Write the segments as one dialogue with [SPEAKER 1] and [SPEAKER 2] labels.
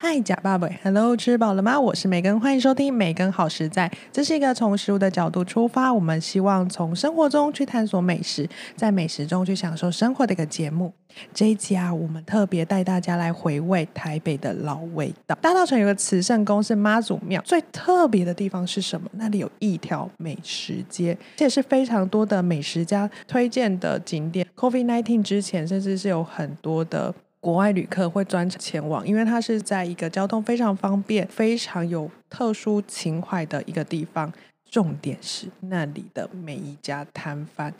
[SPEAKER 1] 嗨，假爸爸，Hello，吃饱了吗？我是美根，欢迎收听《美根好实在》。这是一个从食物的角度出发，我们希望从生活中去探索美食，在美食中去享受生活的一个节目。这一集啊，我们特别带大家来回味台北的老味道。大稻城有个慈圣宫是妈祖庙，最特别的地方是什么？那里有一条美食街，这也是非常多的美食家推荐的景点。COVID nineteen 之前，甚至是有很多的。国外旅客会专程前往，因为它是在一个交通非常方便、非常有特殊情怀的一个地方。重点是那里的每一家摊贩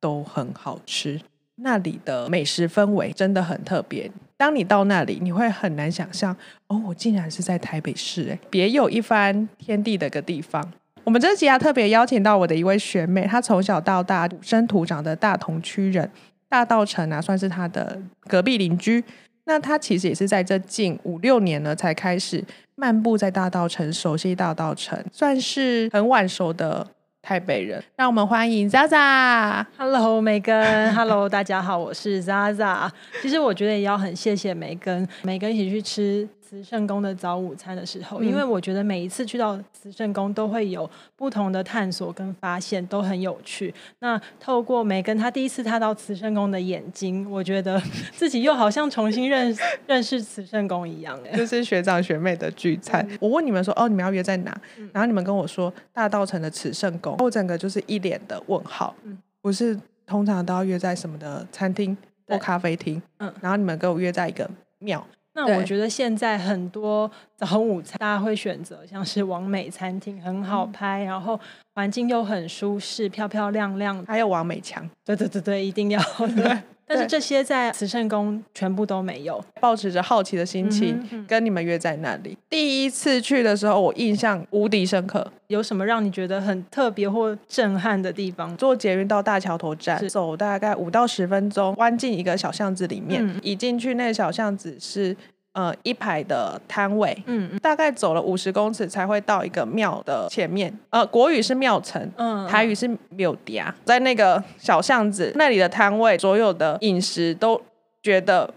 [SPEAKER 1] 都很好吃，那里的美食氛围真的很特别。当你到那里，你会很难想象，哦，我竟然是在台北市，哎，别有一番天地的一个地方。我们这集啊，特别邀请到我的一位学妹，她从小到大土生土长的大同区人，大稻城啊，算是她的隔壁邻居。那她其实也是在这近五六年呢，才开始漫步在大稻城，熟悉大稻城，算是很晚熟的台北人。让我们欢迎渣渣。
[SPEAKER 2] Hello，梅根，Hello，大 家好，我是 Zaza。其实我觉得也要很谢谢梅根，梅根一起去吃慈圣宫的早午餐的时候，因为我觉得每一次去到慈圣宫都会有不同的探索跟发现，都很有趣。那透过梅根，她第一次踏到慈圣宫的眼睛，我觉得自己又好像重新认认识慈圣宫一样、哎，
[SPEAKER 1] 就是学长学妹的聚餐。
[SPEAKER 2] 嗯
[SPEAKER 1] 我问你们说，哦，你们要约在哪？然后你们跟我说大稻城的慈圣宫，我整个就是一脸的问号。
[SPEAKER 2] 嗯
[SPEAKER 1] 不是通常都要约在什么的餐厅或
[SPEAKER 2] 对
[SPEAKER 1] 咖啡厅？
[SPEAKER 2] 嗯
[SPEAKER 1] 然后你们跟我约在一个庙，
[SPEAKER 2] 那
[SPEAKER 1] 对
[SPEAKER 2] 我觉得现在很多早午餐大家会选择像是王美餐厅，很
[SPEAKER 1] 嗯
[SPEAKER 2] 好拍，然后环境又很舒适，漂漂亮亮。
[SPEAKER 1] 还有王美强，
[SPEAKER 2] 对对对对，一定 要对。但是这些在慈圣宫全部都没有。
[SPEAKER 1] 抱持着好奇的心情、
[SPEAKER 2] 嗯哼嗯
[SPEAKER 1] 跟你们约在那里。第一次去的时候，我印象无敌深刻。
[SPEAKER 2] 有什么让你觉得很特别或震撼的地方？
[SPEAKER 1] 坐捷运到大桥头站，
[SPEAKER 2] 是
[SPEAKER 1] 走大概五到十分钟，弯进一个小巷子里面。
[SPEAKER 2] 嗯
[SPEAKER 1] 一进去那个小巷子是呃一排的摊位，
[SPEAKER 2] 嗯嗯
[SPEAKER 1] 大概走了五十公尺才会到一个庙的前面。呃，国语是庙城，
[SPEAKER 2] 嗯，
[SPEAKER 1] 台语是庙嗲，在那个小巷子那里的摊位，所有的饮食都觉得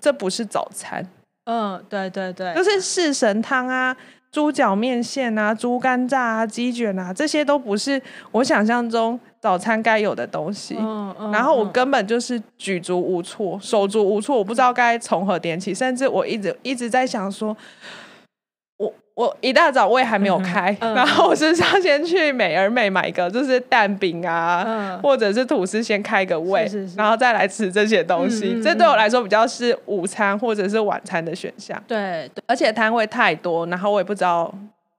[SPEAKER 1] 这不是早餐，
[SPEAKER 2] 嗯，对对对，
[SPEAKER 1] 就是四神汤啊、猪脚面线啊、猪肝炸啊、鸡卷啊，这些都不是我想象中早餐该有的东西。
[SPEAKER 2] 嗯嗯
[SPEAKER 1] 然后我
[SPEAKER 2] 嗯
[SPEAKER 1] 根本就是举足无措、手足无措，我不知道该从何点起，甚至我一直一直在想说，我我一大早胃还没有开，
[SPEAKER 2] 嗯嗯
[SPEAKER 1] 然后我是不是要先去美而美买个就是蛋饼啊，
[SPEAKER 2] 嗯
[SPEAKER 1] 或者是吐司先开个胃，
[SPEAKER 2] 是是是
[SPEAKER 1] 然后再来吃这些东西。
[SPEAKER 2] 嗯嗯
[SPEAKER 1] 这对我
[SPEAKER 2] 嗯
[SPEAKER 1] 来说比较是午餐或者是晚餐的选项，
[SPEAKER 2] 对对，
[SPEAKER 1] 而且摊位太多，然后我也不知道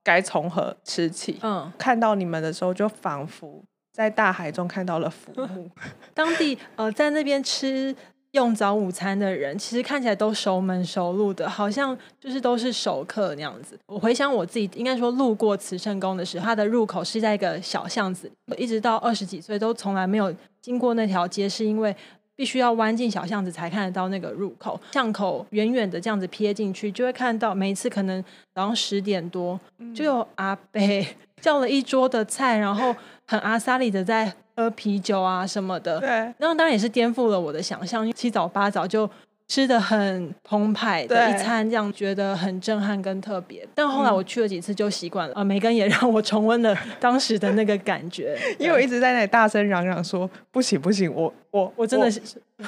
[SPEAKER 1] 该从何吃起。
[SPEAKER 2] 嗯，
[SPEAKER 1] 看到你们的时候，就仿佛在大海中看到了浮木。
[SPEAKER 2] 当地呃，在那边吃用早午餐的人，其实看起来都熟门熟路的，好像就是都是熟客那样子。我回想我自己，应该说路过慈圣宫的时候，它的入口是在一个小巷子，我一直到二十几岁都从来没有经过那条街，是因为。必须要弯进小巷子才看得到那个入口，巷口远远的这样子瞥进去，就会看到每一次可能早上十点多，就有阿贝叫了一桌的菜，然后很阿萨里的在喝啤酒啊什么的，
[SPEAKER 1] 对，
[SPEAKER 2] 那当然也是颠覆了我的想象，因为七早八早就吃的很澎湃的
[SPEAKER 1] 对
[SPEAKER 2] 一餐，这样觉得很震撼跟特别。但后来我去了几次就习惯了，呃，梅根也让我重温了当时的那个感觉，
[SPEAKER 1] 因为我一直在那里大声嚷嚷说：“不行不行，我我
[SPEAKER 2] 我真的是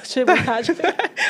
[SPEAKER 2] 吃不下去。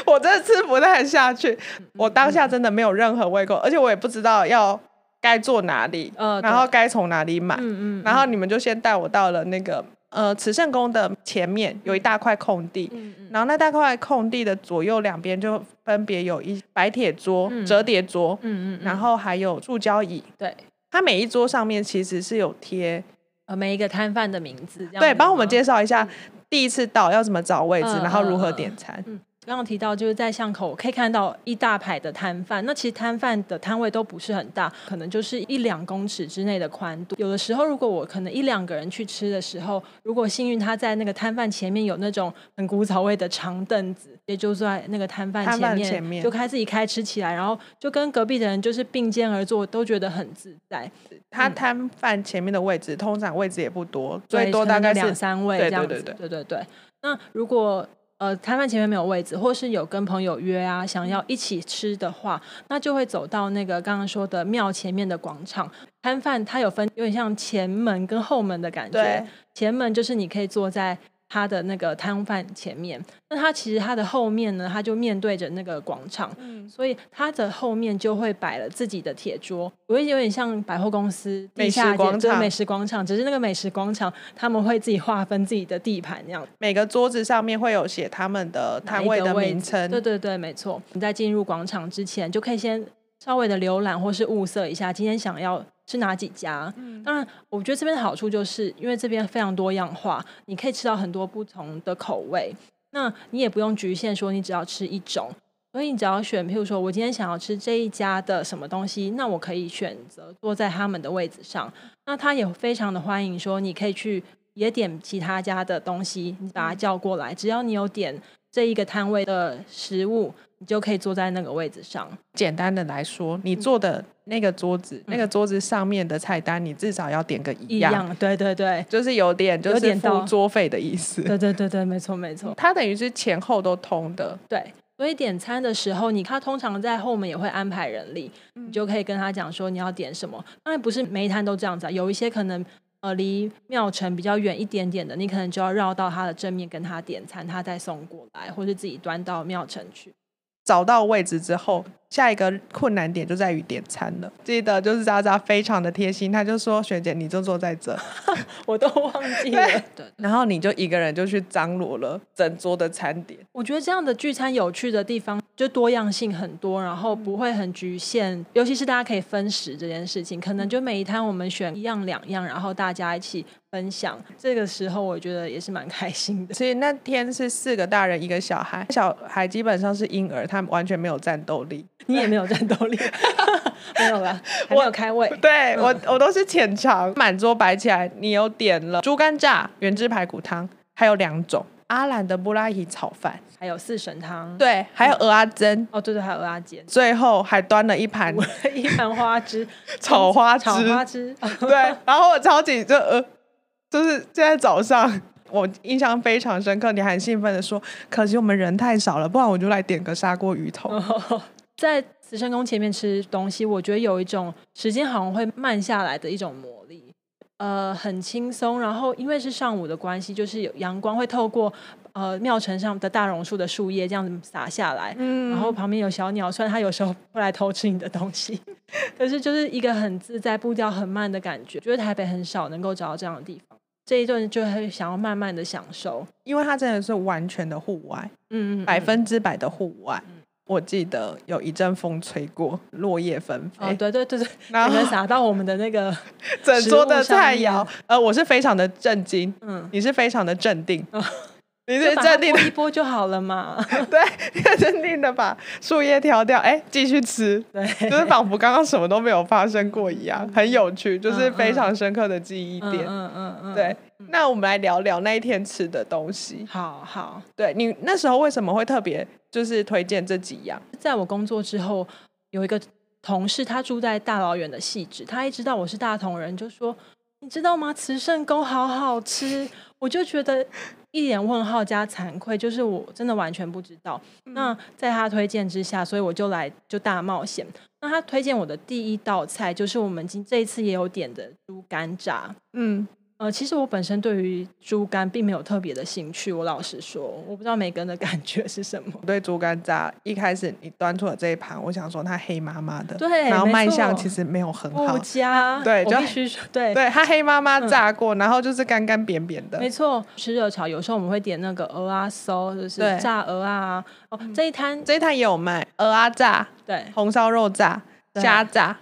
[SPEAKER 1] 我真的吃不太下去，
[SPEAKER 2] 嗯
[SPEAKER 1] 我当下真的没有任何胃口，而且我也不知道要该坐哪里，
[SPEAKER 2] 呃对
[SPEAKER 1] 然后该从哪里买。
[SPEAKER 2] 嗯嗯，
[SPEAKER 1] 然后你们就先带我到了那个呃慈圣宫的前面有一大块空地，
[SPEAKER 2] 嗯嗯
[SPEAKER 1] 然后那大块空地的左右两边就分别有一白铁桌、
[SPEAKER 2] 嗯
[SPEAKER 1] 折叠桌，
[SPEAKER 2] 嗯嗯，
[SPEAKER 1] 然后还有塑胶椅。
[SPEAKER 2] 对，
[SPEAKER 1] 它每一桌上面其实是有贴
[SPEAKER 2] 呃，每一个摊贩的名字，这样
[SPEAKER 1] 对，
[SPEAKER 2] 子
[SPEAKER 1] 帮我们
[SPEAKER 2] 吗
[SPEAKER 1] 介绍一下第一次到要怎么找位置，
[SPEAKER 2] 嗯
[SPEAKER 1] 然后如何
[SPEAKER 2] 嗯嗯
[SPEAKER 1] 点餐。
[SPEAKER 2] 刚刚提到，就是在巷口可以看到一大排的摊贩，那其实摊贩的摊位都不是很大，可能就是一两公尺之内的宽度。有的时候，如果我可能一两个人去吃的时候，如果幸运他在那个摊贩前面有那种很古早味的长凳子，也就坐在那个摊贩
[SPEAKER 1] 摊贩
[SPEAKER 2] 前面，
[SPEAKER 1] 前面
[SPEAKER 2] 就开自己开吃起来，然后就跟隔壁的人就是并肩而坐，都觉得很自在。
[SPEAKER 1] 他
[SPEAKER 2] 嗯
[SPEAKER 1] 摊贩前面的位置通常位置也不多，
[SPEAKER 2] 对
[SPEAKER 1] 最多
[SPEAKER 2] 可能
[SPEAKER 1] 大概
[SPEAKER 2] 就两
[SPEAKER 1] 是
[SPEAKER 2] 三位
[SPEAKER 1] 对
[SPEAKER 2] 这样
[SPEAKER 1] 对
[SPEAKER 2] 子。
[SPEAKER 1] 对
[SPEAKER 2] 对对对那如果呃摊贩前面没有位置，或是有跟朋友约啊，想要一起吃的话，那就会走到那个刚刚说的庙前面的广场。摊贩它有分，有点像前门跟后门的感觉
[SPEAKER 1] 对。
[SPEAKER 2] 前门就是你可以坐在它的那个摊贩前面，那它其实它的后面呢，它就面对着那个广场。
[SPEAKER 1] 嗯，
[SPEAKER 2] 所以它的后面就会摆了自己的铁桌，我觉得有点像百货公司地
[SPEAKER 1] 美食
[SPEAKER 2] 下街
[SPEAKER 1] 广
[SPEAKER 2] 对
[SPEAKER 1] 场
[SPEAKER 2] 美食广场，只是那个美食广场他们会自己划分自己的地盘那样。
[SPEAKER 1] 每个桌子上面会有写他们的摊位的名称，
[SPEAKER 2] 对对对，没错。你在进入广场之前，就可以先稍微的浏览或是物色一下今天想要吃哪几家。当然，我觉得这边的好处就是因为这边非常多样化，你可以吃到很多不同的口味。那你也不用局限说你只要吃一种，所以你只要选，譬如说我今天想要吃这一家的什么东西，那我可以选择坐在他们的位置上。那他也非常的欢迎说，你可以去也点其他家的东西，你把他叫过来，只要你有点这一个摊位的食物，你就可以坐在那个位置上。
[SPEAKER 1] 简单的来说，你坐的那个桌子，那个桌子上面的菜单，你至少要点个一
[SPEAKER 2] 嗯一
[SPEAKER 1] 样，
[SPEAKER 2] 样，对对对，
[SPEAKER 1] 就是有点就
[SPEAKER 2] 有
[SPEAKER 1] 是
[SPEAKER 2] 点到
[SPEAKER 1] 付桌费的意思。
[SPEAKER 2] 对对对对，没错没错，
[SPEAKER 1] 它等于是前后都通的，
[SPEAKER 2] 对。所以点餐的时候，你他通常在后门也会安排人力，你就可以跟他讲说你要点什么。当然不是每一摊都这样子啊，有一些可能呃离庙城比较远一点点的，你可能就要绕到他的正面跟他点餐，他再送过来，或是自己端到庙城去。
[SPEAKER 1] 找到位置之后，下一个困难点就在于点餐了。记得就是渣渣非常的贴心，他就说：“璇姐，你就坐在这，
[SPEAKER 2] 我都忘记了。
[SPEAKER 1] 对
[SPEAKER 2] 对，
[SPEAKER 1] 然后你就一个人就去张罗了整桌的餐点。
[SPEAKER 2] 我觉得这样的聚餐有趣的地方就多样性很多，然后
[SPEAKER 1] 嗯
[SPEAKER 2] 不会很局限，尤其是大家可以分食这件事情，可
[SPEAKER 1] 嗯
[SPEAKER 2] 能就每一摊我们选一样两样，然后大家一起分享。这个时候我觉得也是蛮开心的。
[SPEAKER 1] 所以那天是四个大人一个小孩，小孩基本上是婴儿，他完全没有战斗力。
[SPEAKER 2] 你也没有战斗力， 没有啦，还没有开胃。
[SPEAKER 1] 对
[SPEAKER 2] 嗯
[SPEAKER 1] 我，我都是浅尝，满桌摆起来，你有点了猪肝炸、原汁排骨汤，还有两种阿兰的布拉提炒饭，
[SPEAKER 2] 还有四神汤，
[SPEAKER 1] 对，还有鹅阿珍，
[SPEAKER 2] 哦对对，还有阿煎，
[SPEAKER 1] 最后还端了一盘
[SPEAKER 2] 我的一盘花枝，
[SPEAKER 1] 炒花枝
[SPEAKER 2] 炒花枝，
[SPEAKER 1] 对，然后我超级就呃，就是现在早上我印象非常深刻，你还很兴奋的说，可惜我们人太少了，不然我就来点个砂锅鱼头。
[SPEAKER 2] 在慈圣宫前面吃东西，我觉得有一种时间好像会慢下来的一种魔力，呃，很轻松。然后因为是上午的关系，就是有阳光会透过呃庙城上的大榕树的树叶这样子洒下来，
[SPEAKER 1] 嗯
[SPEAKER 2] 然后旁边有小鸟，虽然它有时候会来偷吃你的东西，可是就是一个很自在、步调很慢的感觉。觉得台北很少能够找到这样的地方，这一顿就会想要慢慢的享受。
[SPEAKER 1] 因为它真的是完全的户外，
[SPEAKER 2] 嗯嗯，嗯嗯
[SPEAKER 1] 百分之百的户外。我记得有一阵风吹过，落叶纷飞，
[SPEAKER 2] 哦，对对对对，
[SPEAKER 1] 然
[SPEAKER 2] 整个
[SPEAKER 1] 后
[SPEAKER 2] 洒到我们的那个，
[SPEAKER 1] 整桌的
[SPEAKER 2] 食物上
[SPEAKER 1] 菜
[SPEAKER 2] 面
[SPEAKER 1] 肴，呃，我是非常的震惊，
[SPEAKER 2] 嗯，哦
[SPEAKER 1] 你是非常的镇定，你
[SPEAKER 2] 就是把它
[SPEAKER 1] 镇定
[SPEAKER 2] 拨
[SPEAKER 1] 的，
[SPEAKER 2] 一拨就好了 嘛。
[SPEAKER 1] 对， 镇定的把树叶挑掉，哎，继续吃，
[SPEAKER 2] 对，
[SPEAKER 1] 就是仿佛刚刚什么都没有发生过一样，很有趣，就是非常深刻的记忆
[SPEAKER 2] 嗯
[SPEAKER 1] 点。
[SPEAKER 2] 嗯嗯嗯，
[SPEAKER 1] 对，，那我们来聊聊那一天吃的东西。
[SPEAKER 2] 好好。
[SPEAKER 1] 对你那时候为什么会特别就是推荐这几样？
[SPEAKER 2] 在我工作之后，有一个同事，他住在大老远的细致，他一知道我是大同人，就说：“你知道吗？慈圣宫好好吃。”我就觉得一脸问号加惭愧，就是我真的完全不知道。那在他推荐之下，所以我就来就大冒险。那他推荐我的第一道菜就是我们今这一次也有点的猪肝炸。
[SPEAKER 1] 嗯，
[SPEAKER 2] 呃，其实我本身对于猪肝并没有特别的兴趣，我老实说，我不知道每个人的感觉是什么。
[SPEAKER 1] 我嗯对猪肝炸一开始你端出了这一盘，我想说它黑麻麻的，
[SPEAKER 2] 对
[SPEAKER 1] 然后
[SPEAKER 2] 没
[SPEAKER 1] 卖相
[SPEAKER 2] 错
[SPEAKER 1] 其实没有很好
[SPEAKER 2] 不，加，
[SPEAKER 1] 对
[SPEAKER 2] 我
[SPEAKER 1] 就
[SPEAKER 2] 必须说，对，
[SPEAKER 1] 对，它黑麻麻炸过，然后就是干干扁扁的
[SPEAKER 2] 嗯没，错。吃热炒有时候我们会点那个鹅啊烧，就是
[SPEAKER 1] 对嗯
[SPEAKER 2] 炸鹅啊。哦，这一摊
[SPEAKER 1] 这一摊也有卖鹅啊炸、
[SPEAKER 2] 对
[SPEAKER 1] 红烧肉炸、
[SPEAKER 2] 对
[SPEAKER 1] 虾炸、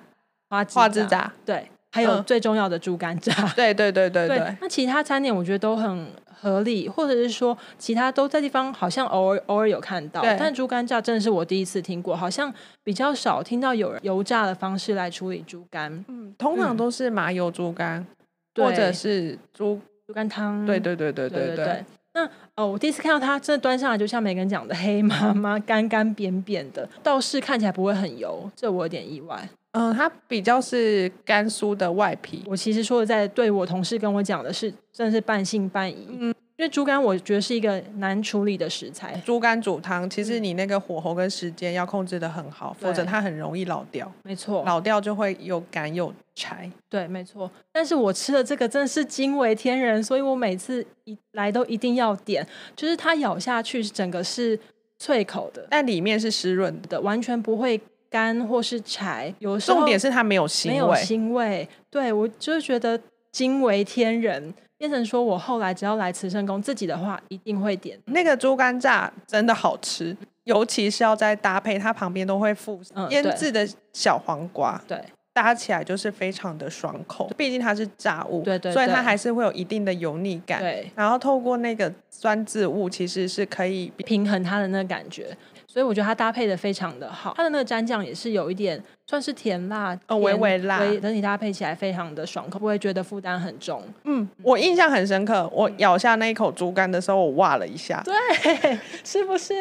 [SPEAKER 2] 花枝
[SPEAKER 1] 花枝
[SPEAKER 2] 炸，
[SPEAKER 1] 炸，
[SPEAKER 2] 对，还有
[SPEAKER 1] 嗯
[SPEAKER 2] 最重要的猪肝炸。
[SPEAKER 1] 对对对对
[SPEAKER 2] 对
[SPEAKER 1] 对，，
[SPEAKER 2] 那其他餐点我觉得都很合理，或者是说其他都在地方好像偶尔偶尔有看到，
[SPEAKER 1] 对
[SPEAKER 2] 但猪肝炸真的是我第一次听过，好像比较少听到有人油炸的方式来处理猪肝，
[SPEAKER 1] 嗯，通常
[SPEAKER 2] 嗯
[SPEAKER 1] 都是麻油猪肝，
[SPEAKER 2] 对
[SPEAKER 1] 或者是猪，
[SPEAKER 2] 猪肝汤。
[SPEAKER 1] 对对对对
[SPEAKER 2] 对
[SPEAKER 1] 对
[SPEAKER 2] 对对。那哦，我第一次看到它真的端上来，就像梅根讲的，黑麻麻、干干扁扁的，倒是看起来不会很油，这我有点意外。
[SPEAKER 1] 嗯，它比较是甘酥的外皮，
[SPEAKER 2] 我其实说实在，对我同事跟我讲的是，真的是半信半疑。
[SPEAKER 1] 嗯
[SPEAKER 2] 因为猪肝我觉得是一个难处理的食材，
[SPEAKER 1] 猪肝煮汤，其实你那个火候跟时间要控制的很好，否则
[SPEAKER 2] 嗯对
[SPEAKER 1] 它很容易老掉，
[SPEAKER 2] 没错，
[SPEAKER 1] 老掉就会又干又柴。
[SPEAKER 2] 对，没错。但是我吃的这个真的是惊为天人，所以我每次一来都一定要点，就是它咬下去整个是脆口的，
[SPEAKER 1] 但里面是湿润的，
[SPEAKER 2] 的完全不会干或是柴，有时候
[SPEAKER 1] 重点是它没有腥
[SPEAKER 2] 没有
[SPEAKER 1] 味。
[SPEAKER 2] 腥味。对我就是觉得惊为天人，变成说我后来只要来慈圣宫自己的话，一定会点。
[SPEAKER 1] 那个猪肝炸真的好吃，尤其是要再搭配它旁边都会附
[SPEAKER 2] 嗯
[SPEAKER 1] 腌
[SPEAKER 2] 对
[SPEAKER 1] 制的小黄瓜，
[SPEAKER 2] 对，
[SPEAKER 1] 搭起来就是非常的爽口。毕竟它是炸物，
[SPEAKER 2] 对对
[SPEAKER 1] 所以它
[SPEAKER 2] 对
[SPEAKER 1] 还是会有一定的油腻感。
[SPEAKER 2] 对
[SPEAKER 1] 然后透过那个酸质物，其实是可以
[SPEAKER 2] 平衡它的那个感觉。所以我觉得它搭配的非常的好，它的那个蘸酱也是有一点算是甜辣，
[SPEAKER 1] 呃
[SPEAKER 2] 甜
[SPEAKER 1] 微微辣
[SPEAKER 2] 整体搭配起来非常的爽口，不会觉得负担 很重。
[SPEAKER 1] 嗯，我印象很深刻。我咬下那一口猪肝的时候，我哇了一下，
[SPEAKER 2] 对，是不是？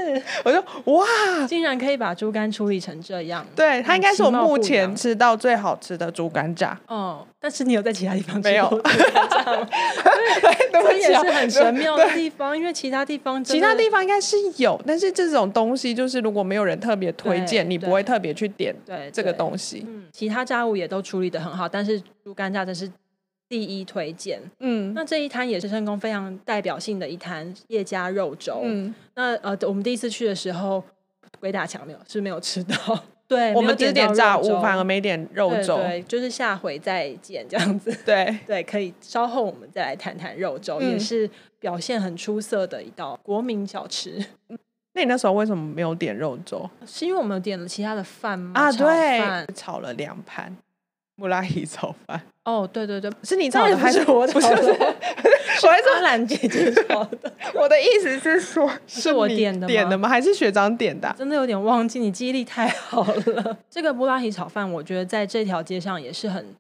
[SPEAKER 1] 我就哇，
[SPEAKER 2] 竟然可以把猪肝处理成这样？，
[SPEAKER 1] 对，它应该是我
[SPEAKER 2] 其貌不
[SPEAKER 1] 目前
[SPEAKER 2] 扬
[SPEAKER 1] 吃到最好吃的猪肝 炸。
[SPEAKER 2] 哦，但是你有在其他地方吃
[SPEAKER 1] 没 有
[SPEAKER 2] 过猪肝酱吗
[SPEAKER 1] 对不
[SPEAKER 2] 这
[SPEAKER 1] 起
[SPEAKER 2] 也
[SPEAKER 1] 啊，
[SPEAKER 2] 是很神妙的地方，因为其他地方真
[SPEAKER 1] 其
[SPEAKER 2] 的
[SPEAKER 1] 他地方应该是有，但是这种东西就是如果没有人特别推荐，
[SPEAKER 2] 对
[SPEAKER 1] 你不会特别去点
[SPEAKER 2] 对
[SPEAKER 1] 这个
[SPEAKER 2] 对
[SPEAKER 1] 东西。
[SPEAKER 2] 嗯，其他炸物也都处理的很好，但是猪肝炸真是第一推荐。
[SPEAKER 1] 嗯
[SPEAKER 2] 那这一摊也是圣宫非常代表性的一摊叶家肉粥。
[SPEAKER 1] 嗯，
[SPEAKER 2] 那呃，我们第一次去的时候，鬼打墙没有是没有吃到， 对，
[SPEAKER 1] 我
[SPEAKER 2] 没有
[SPEAKER 1] 们只
[SPEAKER 2] 点
[SPEAKER 1] 点
[SPEAKER 2] 到
[SPEAKER 1] 炸
[SPEAKER 2] 肉
[SPEAKER 1] 物，
[SPEAKER 2] 粥
[SPEAKER 1] 反而没点肉
[SPEAKER 2] 对
[SPEAKER 1] 粥。
[SPEAKER 2] 对，就是下回再见这样子。
[SPEAKER 1] 对
[SPEAKER 2] 对，可以稍后我们再来谈谈肉粥，
[SPEAKER 1] 嗯
[SPEAKER 2] 也是表现很出色的一道国民小吃。
[SPEAKER 1] 那你那时候为什么没有点肉粥
[SPEAKER 2] 是因为我们有点了其他的饭吗？
[SPEAKER 1] 啊？
[SPEAKER 2] 炒
[SPEAKER 1] 对
[SPEAKER 2] 饭，
[SPEAKER 1] 炒了两盘木拉伊炒饭，
[SPEAKER 2] 哦，对对对，
[SPEAKER 1] 是你
[SPEAKER 2] 那
[SPEAKER 1] 炒
[SPEAKER 2] 也
[SPEAKER 1] 的
[SPEAKER 2] 不
[SPEAKER 1] 还
[SPEAKER 2] 是我炒
[SPEAKER 1] 不是
[SPEAKER 2] 的
[SPEAKER 1] 我还说
[SPEAKER 2] 阿兰姐姐炒的，
[SPEAKER 1] 我的意思是说， 是
[SPEAKER 2] 我
[SPEAKER 1] 你
[SPEAKER 2] 点的吗
[SPEAKER 1] 点的吗？还是学长点的啊、
[SPEAKER 2] 真的有点忘记，你记忆力太好了。 这个布拉提炒饭，我觉得在这条街上也是很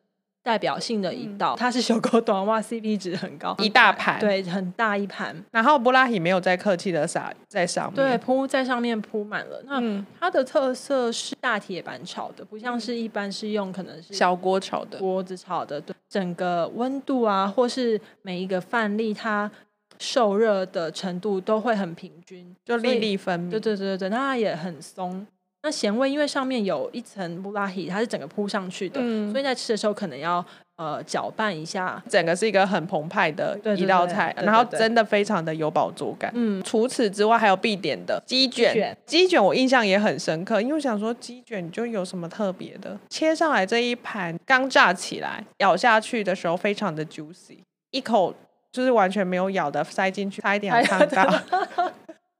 [SPEAKER 2] 代表性的一道，它是小狗短袜，CP 值很高，
[SPEAKER 1] 嗯一大盘，，嗯
[SPEAKER 2] 对，很大一盘，
[SPEAKER 1] 然后布拉提没有再客气的撒在上面，
[SPEAKER 2] 对，，铺在上面铺满了。那、
[SPEAKER 1] 嗯，
[SPEAKER 2] 它的特色是大铁板炒的，不像是一般是用可能是
[SPEAKER 1] 小锅炒的，
[SPEAKER 2] 锅子炒的，对，整个温度啊，或是每一个饭粒它受热的程度都会很平均，
[SPEAKER 1] 就
[SPEAKER 2] 所以
[SPEAKER 1] 粒粒分明，
[SPEAKER 2] 对对对对，那它也很松。那咸味因为上面有一层布拉提，它是整个铺上去的，
[SPEAKER 1] 嗯
[SPEAKER 2] 所以在吃的时候可能要呃搅拌一下。
[SPEAKER 1] 整个是一个很澎湃的
[SPEAKER 2] 对对
[SPEAKER 1] 一道菜，
[SPEAKER 2] 对对
[SPEAKER 1] 然后
[SPEAKER 2] 对对
[SPEAKER 1] 真的非常的有饱足感。
[SPEAKER 2] 嗯，
[SPEAKER 1] 除此之外，还有必点的鸡
[SPEAKER 2] 鸡卷
[SPEAKER 1] 卷。鸡卷我印象也很深刻，因为我想说鸡卷就有什么特别的？切上来这一盘刚炸起来，咬下去的时候非常的 juicy，一口就是完全没有咬的塞进去，差一点
[SPEAKER 2] 哎
[SPEAKER 1] 要烫到。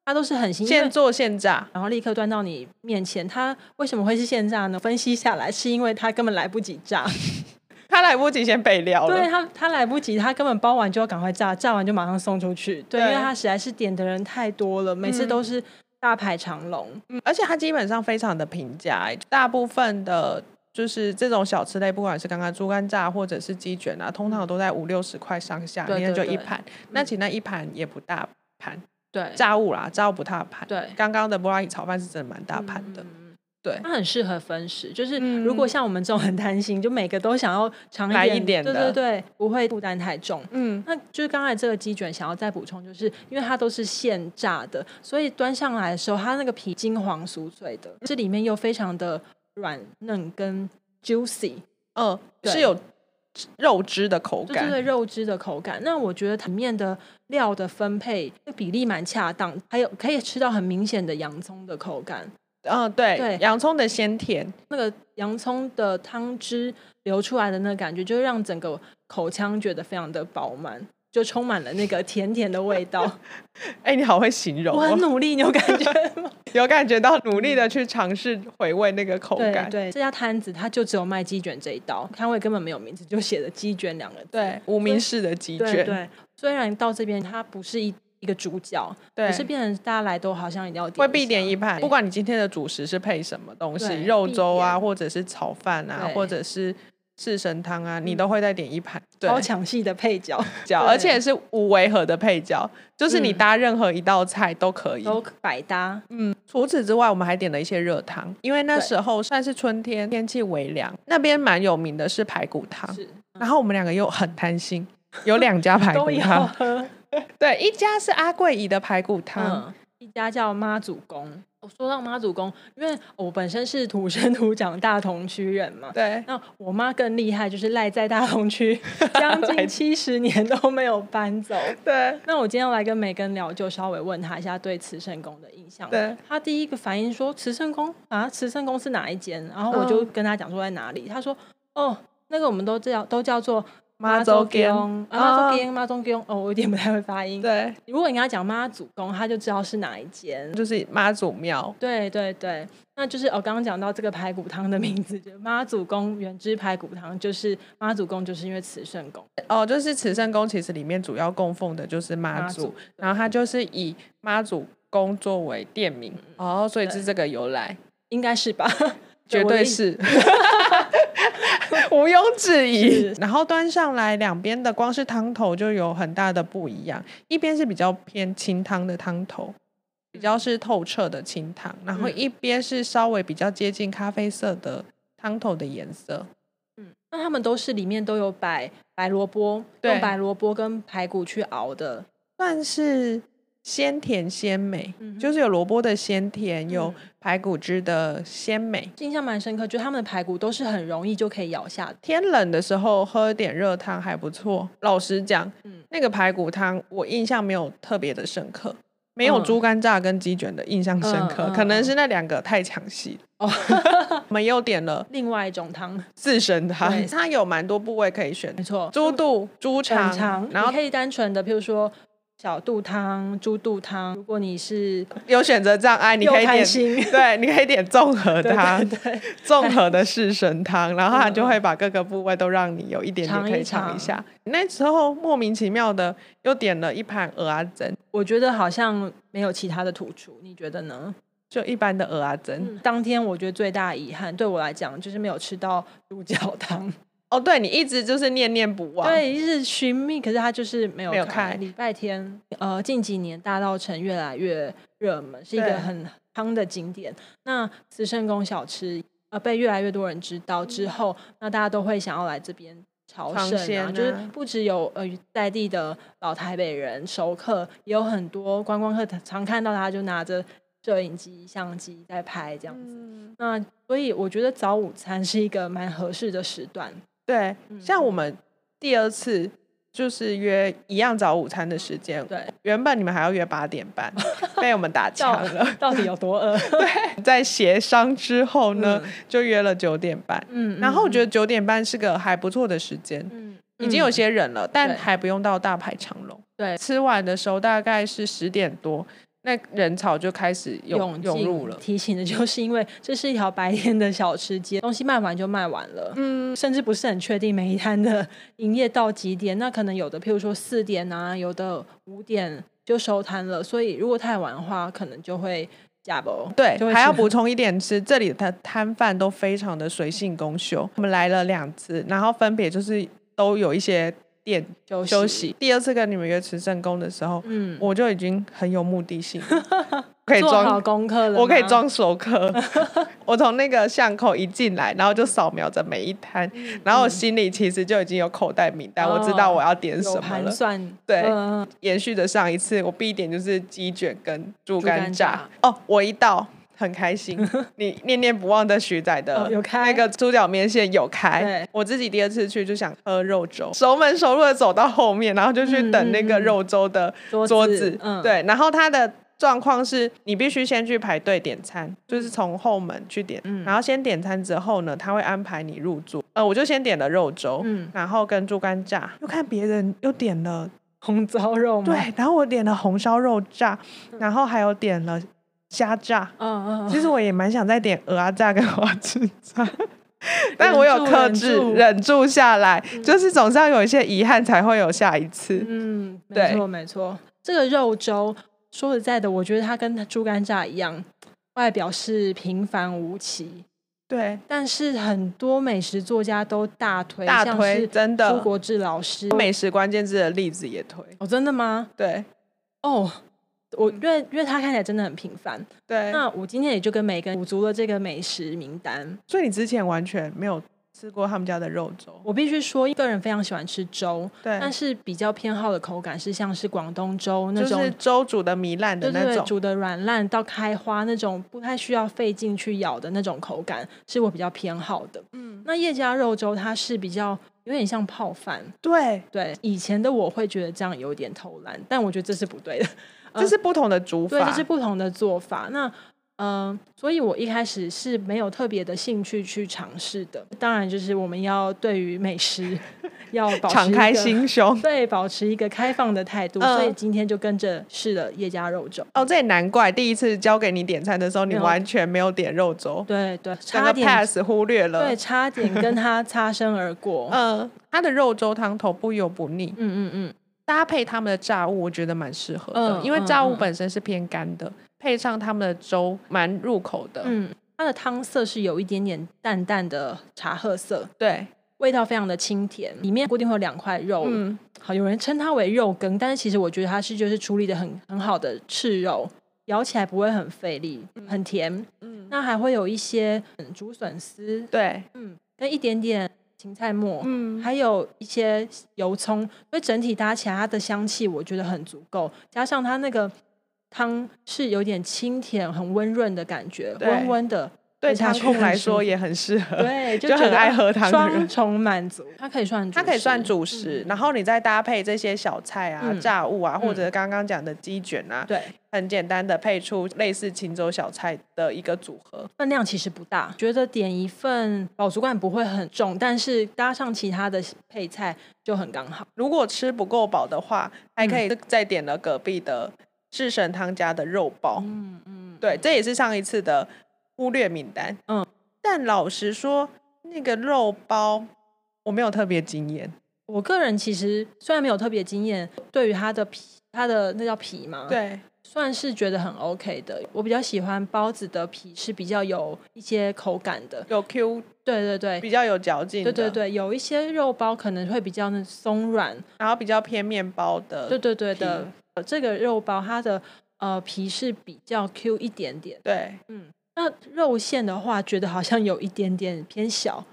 [SPEAKER 2] 它都是很新鲜
[SPEAKER 1] 现。做现炸，
[SPEAKER 2] 然后立刻端到你面前，它为什么会是现炸呢？分析下来，是因为它根本来不及炸，
[SPEAKER 1] 他来不及先备料
[SPEAKER 2] 对啊
[SPEAKER 1] 了。
[SPEAKER 2] 它它来不及，它根本包完就要赶快炸，炸完就马上送出去。对，
[SPEAKER 1] 对
[SPEAKER 2] 因为它实在是点的人太多了，每次
[SPEAKER 1] 嗯
[SPEAKER 2] 都是大排长龙。
[SPEAKER 1] 嗯而且它基本上非常的平价、欸大部分的就是这种小吃类，不管是刚刚猪肝炸或者是鸡卷啊，通常都在五六十块上下，
[SPEAKER 2] 嗯对
[SPEAKER 1] 里面就
[SPEAKER 2] 对嗯
[SPEAKER 1] 一
[SPEAKER 2] 对
[SPEAKER 1] 盘。那其实那一盘也不大盘，
[SPEAKER 2] 对，
[SPEAKER 1] 炸物啦，炸物不大盘。
[SPEAKER 2] 对
[SPEAKER 1] 刚刚的布拉提炒饭是真的蛮大盘的。
[SPEAKER 2] 嗯
[SPEAKER 1] 对
[SPEAKER 2] 它很适合分食，就是
[SPEAKER 1] 嗯
[SPEAKER 2] 如果像我们这种很贪心，就每个都想要尝
[SPEAKER 1] 来
[SPEAKER 2] 点，
[SPEAKER 1] 一点
[SPEAKER 2] 对
[SPEAKER 1] 的
[SPEAKER 2] 对对，不会负担太重。
[SPEAKER 1] 嗯，
[SPEAKER 2] 那就是刚才这个鸡卷，想要再补充，就是因为它都是现炸的，所以端上来的时候，它那个皮金黄酥脆的，这里面又非常的软嫩跟 juicy，
[SPEAKER 1] 嗯，
[SPEAKER 2] 对
[SPEAKER 1] 是有肉汁的口
[SPEAKER 2] 对对
[SPEAKER 1] 感。
[SPEAKER 2] 对，肉汁的口感。那我觉得它里面的料的分配这比例蛮恰当，还有可以吃到很明显的洋葱的口感，
[SPEAKER 1] 嗯，对，
[SPEAKER 2] 对
[SPEAKER 1] 洋葱的鲜甜，
[SPEAKER 2] 那个洋葱的汤汁流出来的那个感觉，就让整个口腔觉得非常的饱满，就充满了那个甜甜的味道。
[SPEAKER 1] 哎、你 好会形容、
[SPEAKER 2] 我 很
[SPEAKER 1] 哦，
[SPEAKER 2] 努力，你有感觉吗？
[SPEAKER 1] 有感觉到努力的去尝试回味那个口
[SPEAKER 2] 对
[SPEAKER 1] 感。
[SPEAKER 2] 对，这家摊子它就只有卖鸡卷这一道，摊位根本没有名字，就写的鸡卷两个字。
[SPEAKER 1] 对，无名氏的鸡
[SPEAKER 2] 对
[SPEAKER 1] 卷，
[SPEAKER 2] 对，虽然到这边它不是一一个主角，
[SPEAKER 1] 对
[SPEAKER 2] 可是变成大家来都好像一定要点
[SPEAKER 1] 会
[SPEAKER 2] 一
[SPEAKER 1] 必点
[SPEAKER 2] 下
[SPEAKER 1] 一盘，不管你今天的主食是配什么东西，
[SPEAKER 2] 对
[SPEAKER 1] 肉粥啊，
[SPEAKER 2] 必点
[SPEAKER 1] 或者是炒饭啊，
[SPEAKER 2] 对
[SPEAKER 1] 或者是四神汤啊，你都会再点一盘，对，嗯
[SPEAKER 2] 超抢戏的配角
[SPEAKER 1] 角，
[SPEAKER 2] 对
[SPEAKER 1] 而且是无违和的配角，就是你
[SPEAKER 2] 嗯
[SPEAKER 1] 搭任何一道菜都可以。
[SPEAKER 2] 都百搭，嗯
[SPEAKER 1] 除此之外，我们还点了一些热汤，因为那
[SPEAKER 2] 对
[SPEAKER 1] 时候算是春天，天气微凉，那边蛮有名的是排骨汤。
[SPEAKER 2] 是
[SPEAKER 1] 然后我们两个又很贪心，有两家排
[SPEAKER 2] 都
[SPEAKER 1] 骨
[SPEAKER 2] 要
[SPEAKER 1] 汤，
[SPEAKER 2] 喝。
[SPEAKER 1] 对，一家是阿贵姨的排骨汤，
[SPEAKER 2] 嗯，一家叫妈祖宫。我说到妈祖宫，因为我本身是土生土长大同区人嘛，
[SPEAKER 1] 对，
[SPEAKER 2] 那我妈更厉害，就是赖在大同区 将近七十年都没有搬走。
[SPEAKER 1] 对，
[SPEAKER 2] 那我今天要来跟梅根聊，就稍微问她一下对慈圣宫的印象。
[SPEAKER 1] 对，
[SPEAKER 2] 她第一个反应说慈圣宫啊，慈圣宫是哪一间？然后我就跟她讲说在哪里，她说哦，那个我们都叫都叫做
[SPEAKER 1] 妈祖宫
[SPEAKER 2] 宫，啊妈祖宫，妈祖宫。哦，我有点不太会发音。
[SPEAKER 1] 对，
[SPEAKER 2] 如果你跟她讲妈祖宫，她就知道是哪一间。
[SPEAKER 1] 就是妈祖庙，
[SPEAKER 2] 对对对，那就是我刚刚讲到这个排骨汤的名字，就妈祖宫原汁排骨汤，就是妈祖宫，就是因为慈圣宫，
[SPEAKER 1] 哦，就是慈圣宫，其实里面主要供奉的就是妈
[SPEAKER 2] 妈
[SPEAKER 1] 祖，
[SPEAKER 2] 祖
[SPEAKER 1] 然后它就是以妈祖宫作为店名，哦，所以
[SPEAKER 2] 嗯对
[SPEAKER 1] 是这个由来，
[SPEAKER 2] 应该是吧？
[SPEAKER 1] 绝
[SPEAKER 2] 我的
[SPEAKER 1] 对
[SPEAKER 2] 意
[SPEAKER 1] 是， 毋庸置疑
[SPEAKER 2] 是。
[SPEAKER 1] 然后端上来，两边的光是汤头就有很大的不一样，一边是比较偏清汤的汤头。比较是透彻的清汤，然后
[SPEAKER 2] 嗯
[SPEAKER 1] 一边是稍微比较接近咖啡色的汤头的颜色。
[SPEAKER 2] 那他们都是里面都有摆白萝卜，
[SPEAKER 1] 对
[SPEAKER 2] 用白萝卜跟排骨去熬的，
[SPEAKER 1] 算是鲜甜鲜美，
[SPEAKER 2] 嗯哼
[SPEAKER 1] 就是有萝卜的鲜甜，有
[SPEAKER 2] 嗯
[SPEAKER 1] 排骨汁的鲜美。
[SPEAKER 2] 印象蛮深刻。就是他们的排骨都是很容易就可以咬下的，
[SPEAKER 1] 天冷的时候喝点热汤还不错。老实讲，
[SPEAKER 2] 嗯
[SPEAKER 1] 那个排骨汤我印象没有特别的深刻，没有
[SPEAKER 2] 嗯
[SPEAKER 1] 猪肝炸跟鸡卷的印象深刻，
[SPEAKER 2] 嗯嗯
[SPEAKER 1] 可能是那两个太抢戏。
[SPEAKER 2] 哦，
[SPEAKER 1] 我们又点了
[SPEAKER 2] 另外一种汤，
[SPEAKER 1] 四神汤，
[SPEAKER 2] 对
[SPEAKER 1] 它有蛮多部位可以选
[SPEAKER 2] 没，错，
[SPEAKER 1] 猪肚、猪肠，
[SPEAKER 2] 很长，
[SPEAKER 1] 然
[SPEAKER 2] 你
[SPEAKER 1] 后
[SPEAKER 2] 可以单纯的，譬如说小肚汤、猪肚汤，如果你是
[SPEAKER 1] 有选择障碍，你
[SPEAKER 2] 又
[SPEAKER 1] 可以
[SPEAKER 2] 贪
[SPEAKER 1] 点。
[SPEAKER 2] 心，
[SPEAKER 1] 对，你可以点综合
[SPEAKER 2] 对
[SPEAKER 1] 汤，
[SPEAKER 2] 对对。
[SPEAKER 1] 综合的四神 汤，然后它
[SPEAKER 2] 嗯嗯
[SPEAKER 1] 就会把各个部位都让你有一点点
[SPEAKER 2] 尝一
[SPEAKER 1] 可以尝一
[SPEAKER 2] 尝
[SPEAKER 1] 下。那时候莫名其妙的又点了一盘鹅啊胗，
[SPEAKER 2] 我觉得好像没有其他的突出，你觉得呢？嗯
[SPEAKER 1] 就一般的鹅啊胗。
[SPEAKER 2] 当天我觉得最大的遗憾对我来讲就是没有吃到猪脚汤，
[SPEAKER 1] 哦，对你一直就是念念不忘。
[SPEAKER 2] 对，一直寻觅，可是它就是没有
[SPEAKER 1] 没有开
[SPEAKER 2] 礼拜天，呃，近几年大稻城越来越热门，是一
[SPEAKER 1] 对
[SPEAKER 2] 个很夯的景点。那慈圣宫小吃呃被越来越多人知道之后，那大家都会想要来这边。朝
[SPEAKER 1] 尝
[SPEAKER 2] 圣
[SPEAKER 1] 鲜
[SPEAKER 2] 嗯啊，
[SPEAKER 1] 啊
[SPEAKER 2] 就是不只有呃在地的老台北人熟客，也有很多观光客常看到他就拿着摄影机、相机在拍这样子。
[SPEAKER 1] 嗯，
[SPEAKER 2] 那所以我觉得早午餐是一个蛮合适的时段。
[SPEAKER 1] 对，
[SPEAKER 2] 嗯
[SPEAKER 1] 像我们第二次就是约一样早午餐的时间，
[SPEAKER 2] 对，
[SPEAKER 1] 原本你们还要约八点 半，被我们打
[SPEAKER 2] 到
[SPEAKER 1] 枪了。
[SPEAKER 2] 到底有多 饿？
[SPEAKER 1] 在协商之后呢，
[SPEAKER 2] 嗯
[SPEAKER 1] 就约了九点半。
[SPEAKER 2] 嗯
[SPEAKER 1] 然后我觉
[SPEAKER 2] 得，
[SPEAKER 1] 得九点半是个还不错的时间，
[SPEAKER 2] 嗯，
[SPEAKER 1] 已经有
[SPEAKER 2] 嗯
[SPEAKER 1] 些人了，但
[SPEAKER 2] 对
[SPEAKER 1] 还不用到大排长龙。
[SPEAKER 2] 对
[SPEAKER 1] 吃完的时候大概是十点多，那人潮就开始涌
[SPEAKER 2] 进
[SPEAKER 1] 涌入了。
[SPEAKER 2] 提醒的就是因为这是一条白天的小吃街，东西卖完就卖完了。
[SPEAKER 1] 嗯，
[SPEAKER 2] 甚至不是很确定每一摊的营业到几点，那可能有的，譬如说四点啊，有的五点就收摊了，所以如果太晚的话，可能就会假包。
[SPEAKER 1] 对
[SPEAKER 2] 就，会
[SPEAKER 1] 还要
[SPEAKER 2] 吃
[SPEAKER 1] 补充一点是，这里的摊贩都非常的随性公休。我们来了两次，然后分别就是都有一些店
[SPEAKER 2] 休息
[SPEAKER 1] 休息。第二次跟你们约慈圣宫的时候，
[SPEAKER 2] 嗯，
[SPEAKER 1] 我就已经很有目的性了， 可以
[SPEAKER 2] 做好
[SPEAKER 1] 装。
[SPEAKER 2] 功课了吗，
[SPEAKER 1] 我可以装熟 客，我从那个巷口一进来，然后就扫描着每一摊，
[SPEAKER 2] 嗯
[SPEAKER 1] 然后我心里其实就已经有口袋名单，
[SPEAKER 2] 哦
[SPEAKER 1] 我知道我要点
[SPEAKER 2] 有
[SPEAKER 1] 什么
[SPEAKER 2] 盘
[SPEAKER 1] 了。
[SPEAKER 2] 算，
[SPEAKER 1] 对
[SPEAKER 2] 嗯
[SPEAKER 1] 延续的上一次，我必点就是鸡卷跟猪
[SPEAKER 2] 猪
[SPEAKER 1] 肝
[SPEAKER 2] 肝
[SPEAKER 1] 炸。哦，我一到很开 心，你念念不忘的徐仔的、
[SPEAKER 2] 哦有开
[SPEAKER 1] 那个猪脚面线有开
[SPEAKER 2] 对。
[SPEAKER 1] 我自己第二次去就想喝肉粥，熟门熟路的走到后面，然后就去
[SPEAKER 2] 嗯
[SPEAKER 1] 等那个
[SPEAKER 2] 嗯嗯
[SPEAKER 1] 肉粥的
[SPEAKER 2] 桌
[SPEAKER 1] 桌
[SPEAKER 2] 子
[SPEAKER 1] 子，
[SPEAKER 2] 嗯
[SPEAKER 1] 对，然后它的状况是你必须先去排队点餐，就是从后门去点，
[SPEAKER 2] 嗯
[SPEAKER 1] 然后先点餐之后呢，他会安排你入座。呃，我就先点了肉粥，
[SPEAKER 2] 嗯
[SPEAKER 1] 然后跟猪肝炸，又看别人又点了，
[SPEAKER 2] 红糟肉吗？
[SPEAKER 1] 对，然后我点了红烧肉炸，然后还有点了虾炸。
[SPEAKER 2] 嗯，嗯嗯，
[SPEAKER 1] 其实我也蛮想再点鹅啊炸跟花枝炸。 但我有
[SPEAKER 2] 忍住
[SPEAKER 1] 克
[SPEAKER 2] 忍
[SPEAKER 1] 制，
[SPEAKER 2] 住
[SPEAKER 1] 忍住下来，就是总是要有一些遗憾，才会有下一次。
[SPEAKER 2] 嗯，没
[SPEAKER 1] 对
[SPEAKER 2] 错没错。这个肉粥说实在的，我觉得它跟猪肝炸一样，外表是平凡无奇，
[SPEAKER 1] 对，
[SPEAKER 2] 但是很多美食作家都大推，
[SPEAKER 1] 大
[SPEAKER 2] 像
[SPEAKER 1] 推
[SPEAKER 2] 是
[SPEAKER 1] 真的
[SPEAKER 2] 朱国志老师。
[SPEAKER 1] 美食关键字的例子也推，
[SPEAKER 2] 哦，真的吗？
[SPEAKER 1] 对
[SPEAKER 2] 哦，我因为因为他看起来真的很平凡。
[SPEAKER 1] 嗯对。
[SPEAKER 2] 那我今天也就跟每个人补足了这个美食名单。
[SPEAKER 1] 所以你之前完全没有吃过他们家的肉粥，
[SPEAKER 2] 我必须说，个人非常喜欢吃粥，
[SPEAKER 1] 对，
[SPEAKER 2] 但是比较偏好的口感是像是广东粥那
[SPEAKER 1] 就
[SPEAKER 2] 种
[SPEAKER 1] 是粥煮的糜烂的
[SPEAKER 2] 对
[SPEAKER 1] 那
[SPEAKER 2] 对对，
[SPEAKER 1] 种，
[SPEAKER 2] 煮的软烂到开花那种，不太需要费劲去咬的那种口感，是我比较偏好的。嗯，那叶家肉粥它是比较有点像泡饭，
[SPEAKER 1] 对，
[SPEAKER 2] 对，以前的我会觉得这样有点偷懒，但我觉得这是不对的，呃
[SPEAKER 1] 这是不同的煮
[SPEAKER 2] 对，
[SPEAKER 1] 法，
[SPEAKER 2] 这是不同的做法。那嗯、呃所以我一开始是没有特别的兴趣去尝试的。当然，就是我们要对于美食 要保持
[SPEAKER 1] 敞
[SPEAKER 2] 一
[SPEAKER 1] 开
[SPEAKER 2] 个
[SPEAKER 1] 心胸。
[SPEAKER 2] 对，保持一个开放的态度，
[SPEAKER 1] 嗯
[SPEAKER 2] 所以今天就跟着试了叶家肉粥。
[SPEAKER 1] 哦，这也难怪，第一次交给你点餐的时候，你
[SPEAKER 2] 没有
[SPEAKER 1] 完全没有点肉粥，
[SPEAKER 2] 对对，
[SPEAKER 1] 整
[SPEAKER 2] 差
[SPEAKER 1] 个
[SPEAKER 2] 点
[SPEAKER 1] pass 忽略了
[SPEAKER 2] 对，。差点跟他擦身而过。
[SPEAKER 1] 嗯，它的肉粥汤头不油不腻，
[SPEAKER 2] 嗯嗯嗯，
[SPEAKER 1] 搭配他们的炸物，我觉得蛮适合的，
[SPEAKER 2] 嗯
[SPEAKER 1] 因为
[SPEAKER 2] 嗯
[SPEAKER 1] 炸物
[SPEAKER 2] 嗯
[SPEAKER 1] 本身是偏干的，配上他们的粥，蛮入口的。
[SPEAKER 2] 嗯，它的汤色是有一点点淡淡的茶褐色，
[SPEAKER 1] 对，
[SPEAKER 2] 味道非常的清甜，里面固定会有两块肉，
[SPEAKER 1] 嗯，
[SPEAKER 2] 好，有人称它为肉羹，但是其实我觉得它是就是处理的很很好的赤肉，咬起来不会很费力，很甜。
[SPEAKER 1] 嗯
[SPEAKER 2] 嗯，那还会有一些嗯竹笋丝，
[SPEAKER 1] 对，
[SPEAKER 2] 嗯，跟一点点芹菜末，
[SPEAKER 1] 嗯，
[SPEAKER 2] 还有一些油葱，所以整体搭起来它的香气我觉得很足够，加上它那个汤是有点清甜、很温润的感觉，
[SPEAKER 1] 对
[SPEAKER 2] 温温 的，
[SPEAKER 1] 对
[SPEAKER 2] 吃下
[SPEAKER 1] 汤
[SPEAKER 2] 去
[SPEAKER 1] 控
[SPEAKER 2] 很
[SPEAKER 1] 来
[SPEAKER 2] 舒
[SPEAKER 1] 说
[SPEAKER 2] 服
[SPEAKER 1] 也很适合。
[SPEAKER 2] 对，
[SPEAKER 1] 就
[SPEAKER 2] 觉
[SPEAKER 1] 很
[SPEAKER 2] 得
[SPEAKER 1] 爱喝汤的人
[SPEAKER 2] 双重满足，它可以算
[SPEAKER 1] 它可以算主食，然后你再搭配这些小菜啊、
[SPEAKER 2] 嗯
[SPEAKER 1] 炸物啊，或
[SPEAKER 2] 嗯
[SPEAKER 1] 者刚刚讲的鸡卷啊，
[SPEAKER 2] 对。
[SPEAKER 1] 很简单的配出类似秦州小菜的一个组合。
[SPEAKER 2] 分量其实不大，觉得点一份饱足感不会很重，但是搭上其他的配菜就很刚好。
[SPEAKER 1] 如果吃不够饱的话，还可以再点了隔壁的智神汤家的肉包。
[SPEAKER 2] 嗯嗯，
[SPEAKER 1] 对，这也是上一次的忽略名单。
[SPEAKER 2] 嗯，
[SPEAKER 1] 但老实说，那个肉包我没有特别惊艳。
[SPEAKER 2] 我个人其实虽然没有特别经验，对于它的皮，它的那叫皮嘛，，
[SPEAKER 1] 对，
[SPEAKER 2] 算是觉得很 OK 的。我比较喜欢包子的皮是比较有一些口感的，
[SPEAKER 1] 有 Q，
[SPEAKER 2] 对对对。
[SPEAKER 1] 比较有嚼劲。
[SPEAKER 2] 对对，对，有一些肉包可能会比较那松软，
[SPEAKER 1] 然后比较偏面包的。
[SPEAKER 2] 对对对
[SPEAKER 1] 皮
[SPEAKER 2] 的。呃这个肉包它的呃皮是比较 Q 一点点，
[SPEAKER 1] 对，
[SPEAKER 2] 嗯，那肉馅的话，觉得好像有一点点偏小。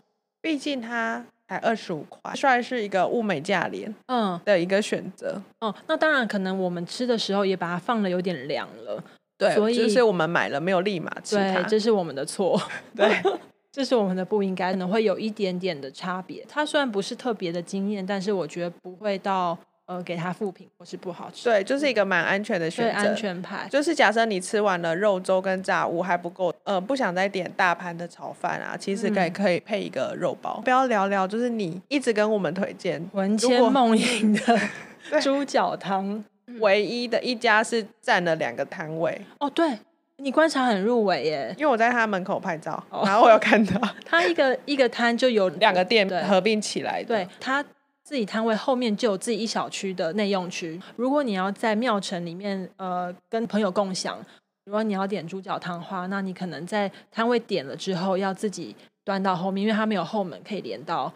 [SPEAKER 1] 毕竟它才二十五块，算是一个物美价廉
[SPEAKER 2] 嗯
[SPEAKER 1] 的一个选择。
[SPEAKER 2] 哦，那当然，可能我们吃的时候也把它放的有点凉了，
[SPEAKER 1] 对，
[SPEAKER 2] 所以
[SPEAKER 1] 就是我们买了没有立马吃它
[SPEAKER 2] 对，。这是我们的错，
[SPEAKER 1] 对，
[SPEAKER 2] 这是我们的不应该，可能会有一点点的差别。它虽然不是特别的惊艳，但是我觉得不会到呃给它负评或是不好吃，
[SPEAKER 1] 对，就是一个蛮安全的选
[SPEAKER 2] 对，
[SPEAKER 1] 择。
[SPEAKER 2] 安全牌，
[SPEAKER 1] 就是假设你吃完了肉粥跟炸物还不够，呃，不想再点大盘的炒饭啊，其实可以
[SPEAKER 2] 嗯
[SPEAKER 1] 可以配一个肉包。不要聊聊，就是你一直跟我们推荐，
[SPEAKER 2] 魂
[SPEAKER 1] 如
[SPEAKER 2] 牵
[SPEAKER 1] 果
[SPEAKER 2] 梦萦
[SPEAKER 1] 对
[SPEAKER 2] 的猪脚汤。
[SPEAKER 1] 唯一的一家是占了两个摊位，
[SPEAKER 2] 哦，对你观察很入围耶，
[SPEAKER 1] 因为我在他门口拍照，
[SPEAKER 2] 哦
[SPEAKER 1] 然后我有看到
[SPEAKER 2] 它一个一个摊就有
[SPEAKER 1] 两个店
[SPEAKER 2] 对
[SPEAKER 1] 合并起来的。
[SPEAKER 2] 对，他自己摊位后面就有自己一小区的内用区。如果你要在庙城里面，呃，跟朋友共享，如果你要点猪脚汤的话，那你可能在摊位点了之后，要自己端到后面，因为它没有后门可以连到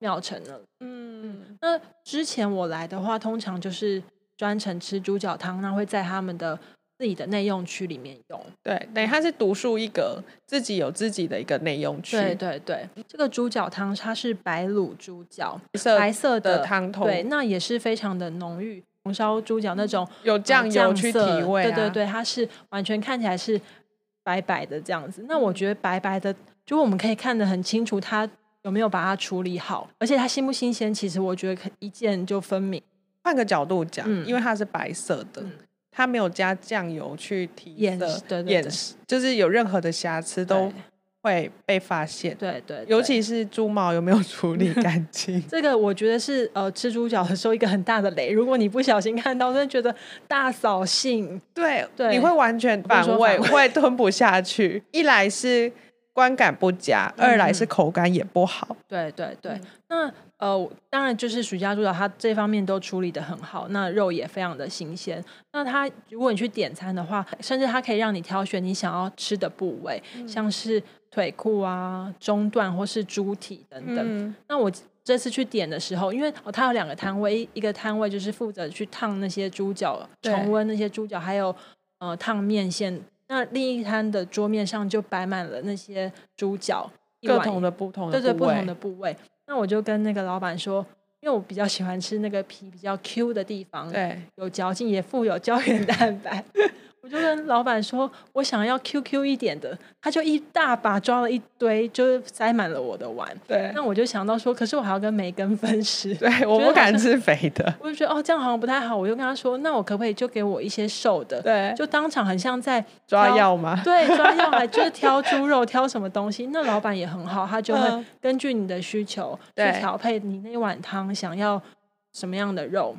[SPEAKER 2] 庙城了。
[SPEAKER 1] 嗯，
[SPEAKER 2] 那之前我来的话，通常就是专程吃猪脚汤，那会在他们的自己的内用区里面用。
[SPEAKER 1] 对，等于它是独树一格，自己有自己的一个内用区，
[SPEAKER 2] 对对对，这个猪脚汤它是白卤猪脚，
[SPEAKER 1] 白色
[SPEAKER 2] 白色
[SPEAKER 1] 的汤头
[SPEAKER 2] 对，那也是非常的浓郁，红烧猪脚那种
[SPEAKER 1] 有
[SPEAKER 2] 呃
[SPEAKER 1] 酱油去提
[SPEAKER 2] 色
[SPEAKER 1] 味、啊，
[SPEAKER 2] 对对对，它是完全看起来是白白的这样子。那
[SPEAKER 1] 嗯
[SPEAKER 2] 我觉得白白的，就我们可以看得很清楚，它有没有把它处理好，而且它新不新鲜，其实我觉得可一见就分明，
[SPEAKER 1] 换个角度讲，
[SPEAKER 2] 嗯
[SPEAKER 1] 因为它是白色的，
[SPEAKER 2] 嗯
[SPEAKER 1] 它没有加酱油去提
[SPEAKER 2] 掩
[SPEAKER 1] 色
[SPEAKER 2] 饰，对对对
[SPEAKER 1] 掩饰就是有任何的瑕疵都会被发现。
[SPEAKER 2] 对对对，
[SPEAKER 1] 尤其是猪毛有没有处 理干净？
[SPEAKER 2] 这个我觉得是呃吃猪脚的时候一个很大的雷，如果你不小心看到，真的觉得大扫兴。
[SPEAKER 1] 对，
[SPEAKER 2] 对
[SPEAKER 1] 你会完全反
[SPEAKER 2] 说
[SPEAKER 1] 胃，
[SPEAKER 2] 反胃
[SPEAKER 1] 会吞不下去。一来是观感不佳，二来是
[SPEAKER 2] 嗯
[SPEAKER 1] 口感也不好。
[SPEAKER 2] 对对对，那呃，当然就是暑假主角他这方面都处理的很好，那肉也非常的新鲜。那他如果你去点餐的话，甚至他可以让你挑选你想要吃的部位，
[SPEAKER 1] 嗯
[SPEAKER 2] 像是腿裤啊、中段或是猪体等等。
[SPEAKER 1] 嗯，
[SPEAKER 2] 那我这次去点的时候，因为哦，它有两个摊位，一一个摊位就是负责去烫那些猪脚，
[SPEAKER 1] 对
[SPEAKER 2] 重温那些猪脚，还有呃烫面线。那另一摊的桌面上就摆满了那些猪脚，一
[SPEAKER 1] 各
[SPEAKER 2] 碗
[SPEAKER 1] 种的不同的
[SPEAKER 2] 对对
[SPEAKER 1] 部
[SPEAKER 2] 不
[SPEAKER 1] 位
[SPEAKER 2] 同的部位。那我就跟那个老板说，因为我比较喜欢吃那个皮比较 Q 的地方，
[SPEAKER 1] 对
[SPEAKER 2] 有嚼劲，也富有胶原蛋白。 我就跟老板说，我想要 QQ 一点的，他就一大把抓了一堆，就是塞满了我的碗。
[SPEAKER 1] 对
[SPEAKER 2] 那我就想到说，可是我还要跟梅根分食，
[SPEAKER 1] 对，我
[SPEAKER 2] 觉得
[SPEAKER 1] 不
[SPEAKER 2] 好
[SPEAKER 1] 敢
[SPEAKER 2] 像
[SPEAKER 1] 吃肥的，
[SPEAKER 2] 我就觉得哦，这样好像不太好。我就跟他说，那我可不可以就给我一些瘦的？
[SPEAKER 1] 对，
[SPEAKER 2] 就当场很像在
[SPEAKER 1] 抓
[SPEAKER 2] 挑
[SPEAKER 1] 药吗？
[SPEAKER 2] 对抓药来，就是挑猪肉，挑什么东西。那老板也很好，他就会
[SPEAKER 1] 嗯
[SPEAKER 2] 根据你的需求去
[SPEAKER 1] 对
[SPEAKER 2] 调配你那碗汤想要什么样的肉。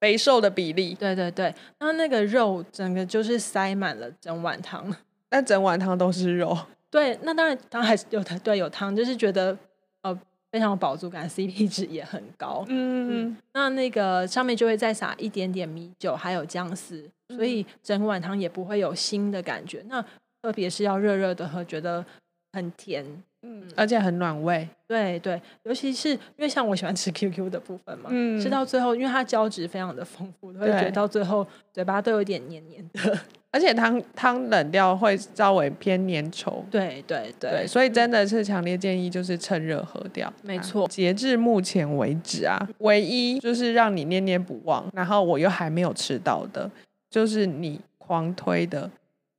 [SPEAKER 1] 肥瘦的比例，
[SPEAKER 2] 对对对，那那个肉整个就是塞满了整碗汤。
[SPEAKER 1] 但整碗汤都是肉，
[SPEAKER 2] 对，那当然汤还是有的，对有汤，就是觉得呃非常有饱足感，CP 值也很高。
[SPEAKER 1] 嗯，
[SPEAKER 2] 那那个上面就会再撒一点点米酒，还有姜丝，所以整碗汤也不会有腥的感觉。那特别是要热热的喝，觉得很甜。
[SPEAKER 1] 嗯，而且很暖胃，
[SPEAKER 2] 对对，尤其是因为像我喜欢吃 QQ 的部分嘛，
[SPEAKER 1] 嗯
[SPEAKER 2] 吃到最后，因为它胶质非常的丰富，会觉
[SPEAKER 1] 对
[SPEAKER 2] 得到最后嘴巴都有点黏黏 的。
[SPEAKER 1] 而且汤汤冷掉会稍微偏粘稠。
[SPEAKER 2] 对对对，
[SPEAKER 1] 对，所以真的是强烈建议，就是趁热喝掉。
[SPEAKER 2] 没
[SPEAKER 1] 啊
[SPEAKER 2] 错
[SPEAKER 1] 截至目前为止啊，唯一就是让你念念不忘，然后我又还没有吃到的，就是你狂推的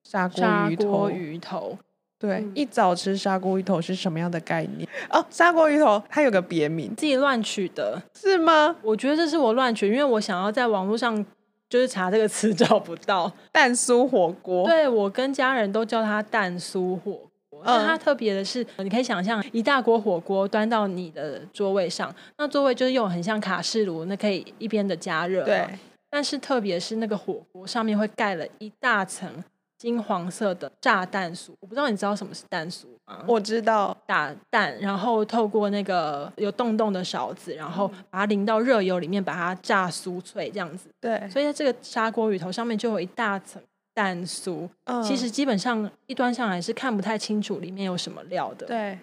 [SPEAKER 1] 砂锅
[SPEAKER 2] 砂
[SPEAKER 1] 鱼头
[SPEAKER 2] 锅。鱼头，
[SPEAKER 1] 对，
[SPEAKER 2] 嗯
[SPEAKER 1] 一早吃砂锅鱼头是什么样的概念？哦，砂锅鱼头它有个别名
[SPEAKER 2] 自己乱取的，
[SPEAKER 1] 是吗？
[SPEAKER 2] 我觉得这是我乱取，因为我想要在网络上就是查这个词 找不到。
[SPEAKER 1] 蛋酥火锅。
[SPEAKER 2] 对我跟家人都叫它蛋酥火锅。那
[SPEAKER 1] 嗯
[SPEAKER 2] 它特别的是，呃你可以想象一大锅火锅端到你的桌位上，那座位就是用很像卡式炉，那可以一边的加热。
[SPEAKER 1] 对，
[SPEAKER 2] 但是特别是那个火锅上面会盖了一大层金黄色的炸蛋酥，我不知道你知道什么是蛋酥吗？
[SPEAKER 1] 我知道。
[SPEAKER 2] 打蛋，然后透过那个有洞洞的勺子，然后
[SPEAKER 1] 嗯
[SPEAKER 2] 把它淋到热油里面，把它炸酥脆这样子。
[SPEAKER 1] 对，
[SPEAKER 2] 所以在这个砂锅鱼头上面就有一大层蛋酥，
[SPEAKER 1] 嗯
[SPEAKER 2] 其实基本上一端上来是看不太清楚里面有什么料的。，
[SPEAKER 1] 对，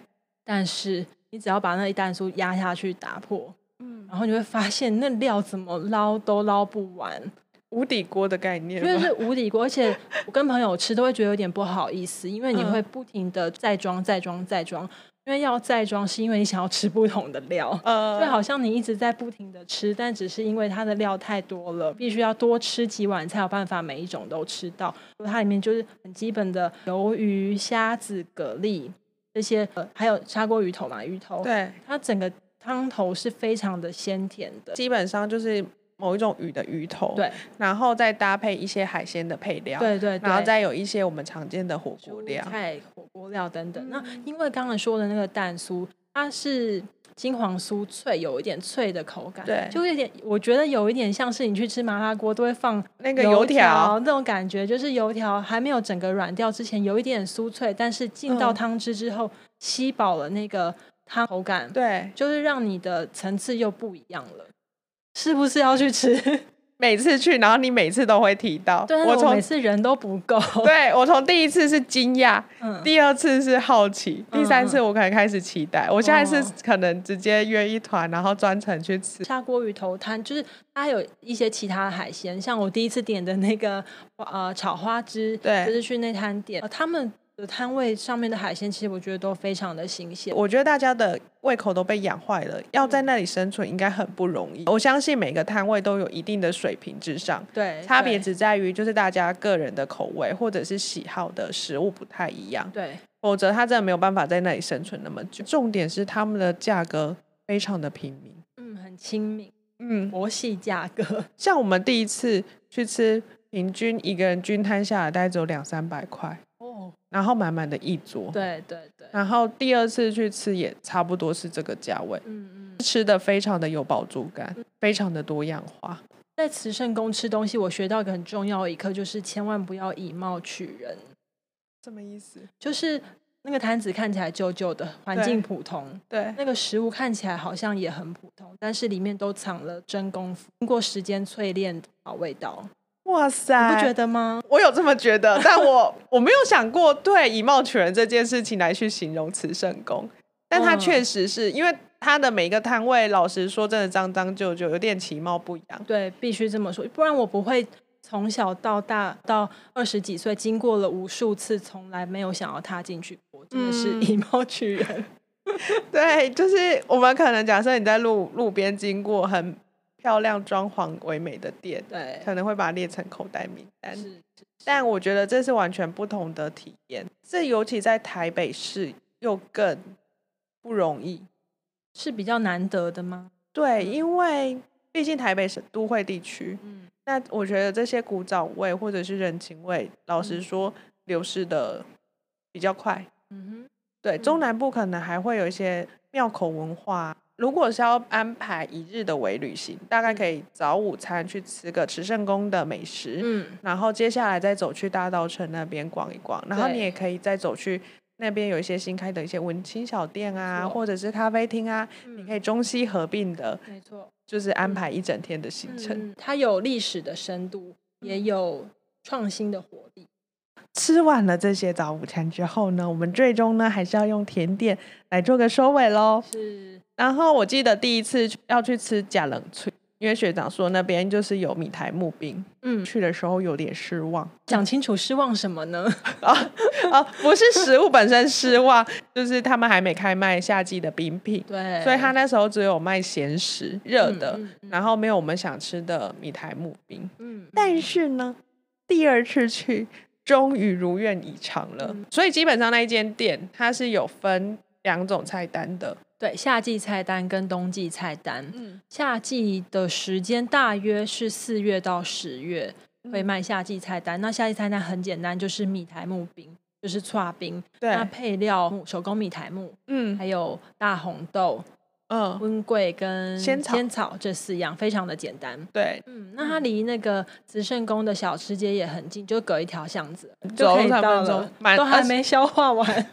[SPEAKER 2] 但是你只要把那一蛋酥压下去打破，
[SPEAKER 1] 嗯，
[SPEAKER 2] 然后你会发现那料怎么捞都捞不完，
[SPEAKER 1] 无底锅的概念
[SPEAKER 2] 因为
[SPEAKER 1] 吗。
[SPEAKER 2] 是无底锅。而且我跟朋友吃都会觉得有点不好意思，因为你
[SPEAKER 1] 嗯
[SPEAKER 2] 会不停的再装、再装、再装，因为要再装是因为你想要吃不同的料。
[SPEAKER 1] 呃，
[SPEAKER 2] 就好像你一直在不停的吃，但只是因为它的料太多了，必须要多吃几碗才有办法每一种都吃到。它里面就是很基本的鱿鱼、虾子、蛤蜊这些，呃还有砂锅鱼头嘛，鱼头。
[SPEAKER 1] 对，
[SPEAKER 2] 它整个汤头是非常的鲜甜的。
[SPEAKER 1] 基本上就是某一种鱼的鱼头，，
[SPEAKER 2] 对
[SPEAKER 1] 然后再搭配一些海鲜的配料，，
[SPEAKER 2] 对对对，
[SPEAKER 1] 然后再有一些我们常见的火嗯锅料
[SPEAKER 2] 蔬，菜、火锅料等等。那因为刚刚说的那个蛋酥，它是金黄酥脆，有一点脆的口感，
[SPEAKER 1] 对
[SPEAKER 2] 就有点，我觉得有一点像是你去吃麻辣锅都会放
[SPEAKER 1] 那个
[SPEAKER 2] 油
[SPEAKER 1] 条，
[SPEAKER 2] 那种感觉，就是油条还没有整个软掉之前，有一点酥脆，但是进
[SPEAKER 1] 嗯
[SPEAKER 2] 到汤汁之后，吸饱了那个汤口感，
[SPEAKER 1] 对，
[SPEAKER 2] 就是让你的层次又不一样了。是不是要去吃？
[SPEAKER 1] 每次去，然后你每次都会提到，
[SPEAKER 2] 对，但是
[SPEAKER 1] 我
[SPEAKER 2] 我
[SPEAKER 1] 从
[SPEAKER 2] 每次人都不够。
[SPEAKER 1] 对我从第一次是惊讶，
[SPEAKER 2] 嗯
[SPEAKER 1] 第二次是好奇，第三
[SPEAKER 2] 嗯
[SPEAKER 1] 次我可能开始期待，我下一次
[SPEAKER 2] 哦
[SPEAKER 1] 可能直接约一团，然后专程去吃。
[SPEAKER 2] 砂锅鱼头摊，就是它有一些其他的海鲜，像我第一次点的那个呃炒花枝，
[SPEAKER 1] 对
[SPEAKER 2] 就是去那摊点，呃他们的摊位上面的海鲜，其实我觉得都非常的新鲜。
[SPEAKER 1] 我觉得大家的胃口都被养坏了，要在那里生存应该很不容易。我相信每个摊位都有一定的水平之上，
[SPEAKER 2] 对，
[SPEAKER 1] 差别
[SPEAKER 2] 对
[SPEAKER 1] 只在于就是大家个人的口味或者是喜好的食物不太一样，
[SPEAKER 2] 对，
[SPEAKER 1] 否则他真的没有办法在那里生存那么久。重点是他们的价格非常的平民，
[SPEAKER 2] 嗯，很亲民。
[SPEAKER 1] 嗯，
[SPEAKER 2] 佛系价格，
[SPEAKER 1] 像我们第一次去吃，平均一个人均摊下来大概只有两三百块，
[SPEAKER 2] 哦，
[SPEAKER 1] 然后满满的一桌。
[SPEAKER 2] 对对对，
[SPEAKER 1] 然后第二次去吃也差不多是这个价位，
[SPEAKER 2] 嗯嗯，
[SPEAKER 1] 吃的非常的有饱足感，非常的多样化。
[SPEAKER 2] 在慈圣宫吃东西，我学到一个很重要的一课，就是千万不要以貌取人，
[SPEAKER 1] 什么意思？
[SPEAKER 2] 就是。那个摊子看起来旧旧的，环
[SPEAKER 1] 对
[SPEAKER 2] 境普通，
[SPEAKER 1] 对，
[SPEAKER 2] 那个食物看起来好像也很普通，但是里面都藏了真功夫，经过时间淬炼的好味道，
[SPEAKER 1] 哇
[SPEAKER 2] 你
[SPEAKER 1] 塞，
[SPEAKER 2] 不觉得吗？
[SPEAKER 1] 我有这么觉得，但我我没有想过对以貌取人这件事情来去形容慈圣宫，但它
[SPEAKER 2] 嗯
[SPEAKER 1] 确实是因为它的每一个摊位，老实说，真的脏脏旧旧，有点其貌不扬。
[SPEAKER 2] 对，必须这么说，不然我不会从小到大到二十几岁，经过了无数次，从来没有想要踏进去过，真的是
[SPEAKER 1] 嗯
[SPEAKER 2] 以貌取人。
[SPEAKER 1] 对，就是我们可能假设你在路路边经过很漂亮装潢唯美的店，
[SPEAKER 2] 对，
[SPEAKER 1] 可能会把它列成口袋名单，
[SPEAKER 2] 是
[SPEAKER 1] 但我觉得这是完全不同的体验，这尤其在台北市又更不容易。
[SPEAKER 2] 嗯是比较难得的吗？
[SPEAKER 1] 对，因为毕竟台北是都会地区，
[SPEAKER 2] 嗯，
[SPEAKER 1] 那我觉得这些古早味或者是人情味，老实说流失的比较快。
[SPEAKER 2] 嗯
[SPEAKER 1] 对，中
[SPEAKER 2] 嗯
[SPEAKER 1] 南部可能还会有一些庙口文化。如果是要安排一日的微旅行，大
[SPEAKER 2] 嗯
[SPEAKER 1] 概可以早午餐去吃个池圣宫的美食，
[SPEAKER 2] 哼，嗯，
[SPEAKER 1] 然后接下来再走去大稻城那边逛一逛，然后你
[SPEAKER 2] 对
[SPEAKER 1] 也可以再走去那边有一些新开的一些文青小店啊，
[SPEAKER 2] 错
[SPEAKER 1] 或者是咖啡厅啊，你可以中西合并的，
[SPEAKER 2] 嗯没错，
[SPEAKER 1] 就是安排一整天的行程。
[SPEAKER 2] 嗯，它有历史的深度，也有创新的活力。
[SPEAKER 1] 吃完了这些早午餐之后呢，我们最终呢还是要用甜点来做个收尾喽。
[SPEAKER 2] 是，
[SPEAKER 1] 然后我记得第一次要去吃假冷脆，因为学长说那边就是有米苔木冰，
[SPEAKER 2] 嗯，
[SPEAKER 1] 去的时候有点失望
[SPEAKER 2] 讲清楚失望什么呢？
[SPEAKER 1] 啊啊，不是食物本身失望，就是他们还没开卖夏季的冰品，
[SPEAKER 2] 对，
[SPEAKER 1] 所以他那时候只有卖咸食热的，
[SPEAKER 2] 嗯嗯
[SPEAKER 1] 然后没有我们想吃的米苔木冰。
[SPEAKER 2] 嗯，
[SPEAKER 1] 但是呢，第二次去终于如愿以偿了。
[SPEAKER 2] 嗯
[SPEAKER 1] 所以基本上那一间店它是有分两种菜单的。
[SPEAKER 2] 对，夏季菜单跟冬季菜单，
[SPEAKER 1] 嗯，
[SPEAKER 2] 夏季的时间大约是四月到十月会
[SPEAKER 1] 嗯
[SPEAKER 2] 卖夏季菜单。那夏季菜单很简单，就是米苔木冰，就是搓冰。
[SPEAKER 1] 对
[SPEAKER 2] 那，配料木手工米苔木，
[SPEAKER 1] 嗯
[SPEAKER 2] 还有大红豆、
[SPEAKER 1] 嗯，
[SPEAKER 2] 温桂跟
[SPEAKER 1] 仙草
[SPEAKER 2] 仙草这四样，非常的简单。
[SPEAKER 1] 对，
[SPEAKER 2] 嗯，那它离那个慈圣宫的小吃街也很近，就隔一条巷子就
[SPEAKER 1] 走
[SPEAKER 2] 可以
[SPEAKER 1] 上
[SPEAKER 2] 到
[SPEAKER 1] 分钟
[SPEAKER 2] 了，
[SPEAKER 1] 满
[SPEAKER 2] 都还
[SPEAKER 1] 20
[SPEAKER 2] 没消 化完，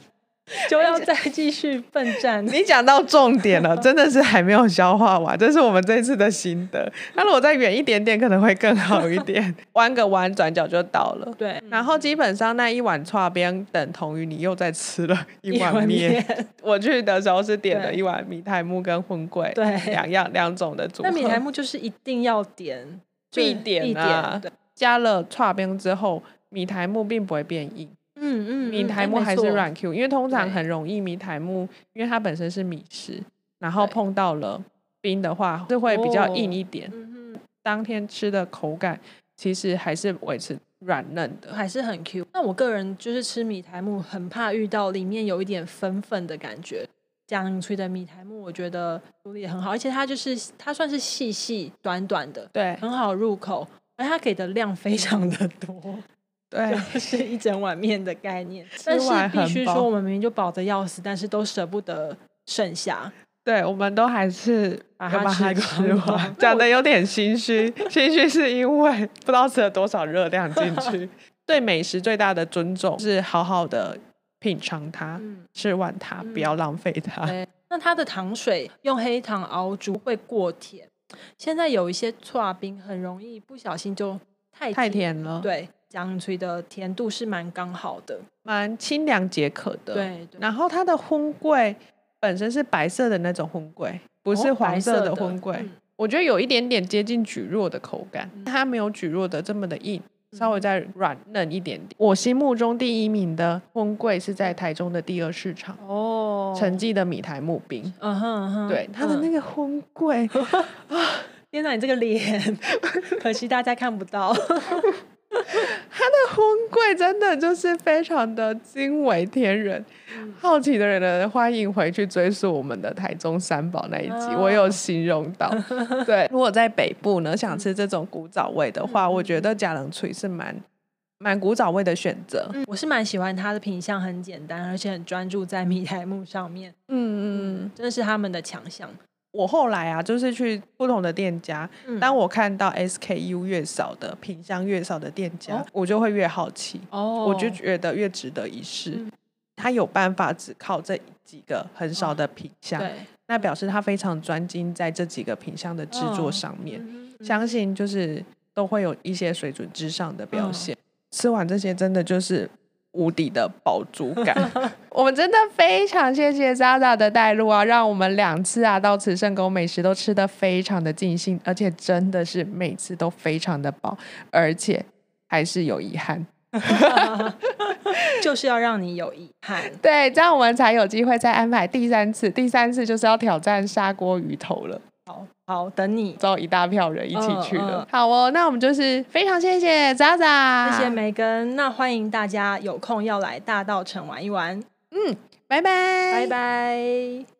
[SPEAKER 2] 就要再继续奋战。
[SPEAKER 1] 你讲到重点了， 真的是还没有消化完，这是我们这次的心得。那如果再远一点点，可能会更好一 点，弯个弯转角就到了。
[SPEAKER 2] 对，
[SPEAKER 1] 然后基本上那一碗串边等同于你又再吃了一碗面。
[SPEAKER 2] 面，
[SPEAKER 1] 我去的时候是点了
[SPEAKER 2] 对
[SPEAKER 1] 一碗米苔木跟荤桂，
[SPEAKER 2] 对
[SPEAKER 1] 两样两种的组合。
[SPEAKER 2] 那米苔木就是一定要点，
[SPEAKER 1] 必
[SPEAKER 2] 对
[SPEAKER 1] 点
[SPEAKER 2] 必
[SPEAKER 1] 啊
[SPEAKER 2] 点。对
[SPEAKER 1] 加了串冰之后，米苔木并不会变硬，
[SPEAKER 2] 嗯嗯，
[SPEAKER 1] 米
[SPEAKER 2] 嗯
[SPEAKER 1] 苔
[SPEAKER 2] 哎
[SPEAKER 1] 木
[SPEAKER 2] 没
[SPEAKER 1] 还是
[SPEAKER 2] 错
[SPEAKER 1] 软 Q，因为通常
[SPEAKER 2] 对
[SPEAKER 1] 很容易米苔木，因为它本身是米食，然后
[SPEAKER 2] 对
[SPEAKER 1] 碰到了冰的话，是会比较硬
[SPEAKER 2] 哦
[SPEAKER 1] 一点。
[SPEAKER 2] 嗯
[SPEAKER 1] 当天吃的口感其实还是维持软嫩
[SPEAKER 2] 哼，
[SPEAKER 1] 的。
[SPEAKER 2] 还是很 Q。那我个人就是吃米苔木，很怕遇到里面有一点粉粉的感觉。酱脆的米苔木，我觉得处理得很好，而且它就是它算是细细短短的，
[SPEAKER 1] 对
[SPEAKER 2] 很好入口，而它给的量非常的多，
[SPEAKER 1] 对，
[SPEAKER 2] 就是一整碗面的概念。但是
[SPEAKER 1] 完很
[SPEAKER 2] 必须
[SPEAKER 1] 饱
[SPEAKER 2] 说，我们明明就饱的要死，但是都舍不得剩下。
[SPEAKER 1] 对，我们都还是
[SPEAKER 2] 把
[SPEAKER 1] 要
[SPEAKER 2] 它
[SPEAKER 1] 把它
[SPEAKER 2] 吃光
[SPEAKER 1] 吃
[SPEAKER 2] 光
[SPEAKER 1] 完，讲的有点心虚，心虚是因为不知道吃了多少热量进去。对美食最大的尊重是好好的品尝它，
[SPEAKER 2] 嗯，
[SPEAKER 1] 吃完它，不
[SPEAKER 2] 嗯
[SPEAKER 1] 要浪费它。
[SPEAKER 2] 对那它的糖水用黑糖熬煮会过甜，现在有一些刨冰很容易不小心就太
[SPEAKER 1] 太，甜了，，
[SPEAKER 2] 对，姜脆的甜度是蛮刚好的，
[SPEAKER 1] 蛮清凉解渴的。，
[SPEAKER 2] 对对。
[SPEAKER 1] 然后它的荤桂本身是白色的那种荤桂，不是
[SPEAKER 2] 哦
[SPEAKER 1] 黄
[SPEAKER 2] 白
[SPEAKER 1] 色
[SPEAKER 2] 色
[SPEAKER 1] 的
[SPEAKER 2] 的
[SPEAKER 1] 荤桂。
[SPEAKER 2] 嗯
[SPEAKER 1] 我觉得有一点点接近蒟蒻的口感，它没有蒟蒻的这么的硬，
[SPEAKER 2] 嗯
[SPEAKER 1] 稍微再软嫩一点点。我心目中第一名的荤桂是在台中的第二市场，
[SPEAKER 2] 哦
[SPEAKER 1] 陈记的米苔木冰。
[SPEAKER 2] 嗯哼嗯哼，
[SPEAKER 1] 对它的那
[SPEAKER 2] 嗯
[SPEAKER 1] 个荤 桂，
[SPEAKER 2] 天哪，你这个脸， 可惜大家看不到。
[SPEAKER 1] 它 的荤桂真的就是非常的惊为天人。好奇的人呢，欢迎回去追溯我们的台中三宝那一集，
[SPEAKER 2] 哦
[SPEAKER 1] 我有形容 到。对，嗯嗯如果在北部呢，想吃这种古早味的话，我觉得嘉冷脆是蛮蛮古早味的选择。
[SPEAKER 2] 嗯我是蛮喜欢它的品相，很简单，而且很专注在米苔木上面，
[SPEAKER 1] 嗯嗯嗯。
[SPEAKER 2] 真的是他们的强项。
[SPEAKER 1] 我后来啊，就是去不同的店家，
[SPEAKER 2] 嗯
[SPEAKER 1] 当我看到 SKU 越少的品相越少的店家，
[SPEAKER 2] 哦
[SPEAKER 1] 我就会越好奇。
[SPEAKER 2] 哦，嗯
[SPEAKER 1] 我就觉得越值得一试。他有办法只靠这几个很少的品相，
[SPEAKER 2] 哦对，
[SPEAKER 1] 那表示他非常专精在这几个品相的制作
[SPEAKER 2] 嗯
[SPEAKER 1] 上面。
[SPEAKER 2] 嗯哼
[SPEAKER 1] 相信就是都会有一些水准之上的
[SPEAKER 2] 嗯
[SPEAKER 1] 表现。吃完这些，真的就是无敌的饱足 感。我们真的非常谢谢 Zaza 的带路啊，让我们两次啊到慈圣宫美食都吃的非常的尽兴，而且真的是每次都非常的饱，而且还是有遗憾。
[SPEAKER 2] 就是要让你有遗憾。
[SPEAKER 1] 对，这样我们才有机会再安排第三次，第三次就是要挑战砂锅鱼头了。
[SPEAKER 2] 好好等你，
[SPEAKER 1] 招一大票人一起去了
[SPEAKER 2] 嗯嗯，
[SPEAKER 1] 好哦，那我们就是非常谢谢 Zaza，
[SPEAKER 2] 谢谢梅根。那欢迎大家有空要来大道城玩一玩，
[SPEAKER 1] 拜拜，
[SPEAKER 2] 拜。拜。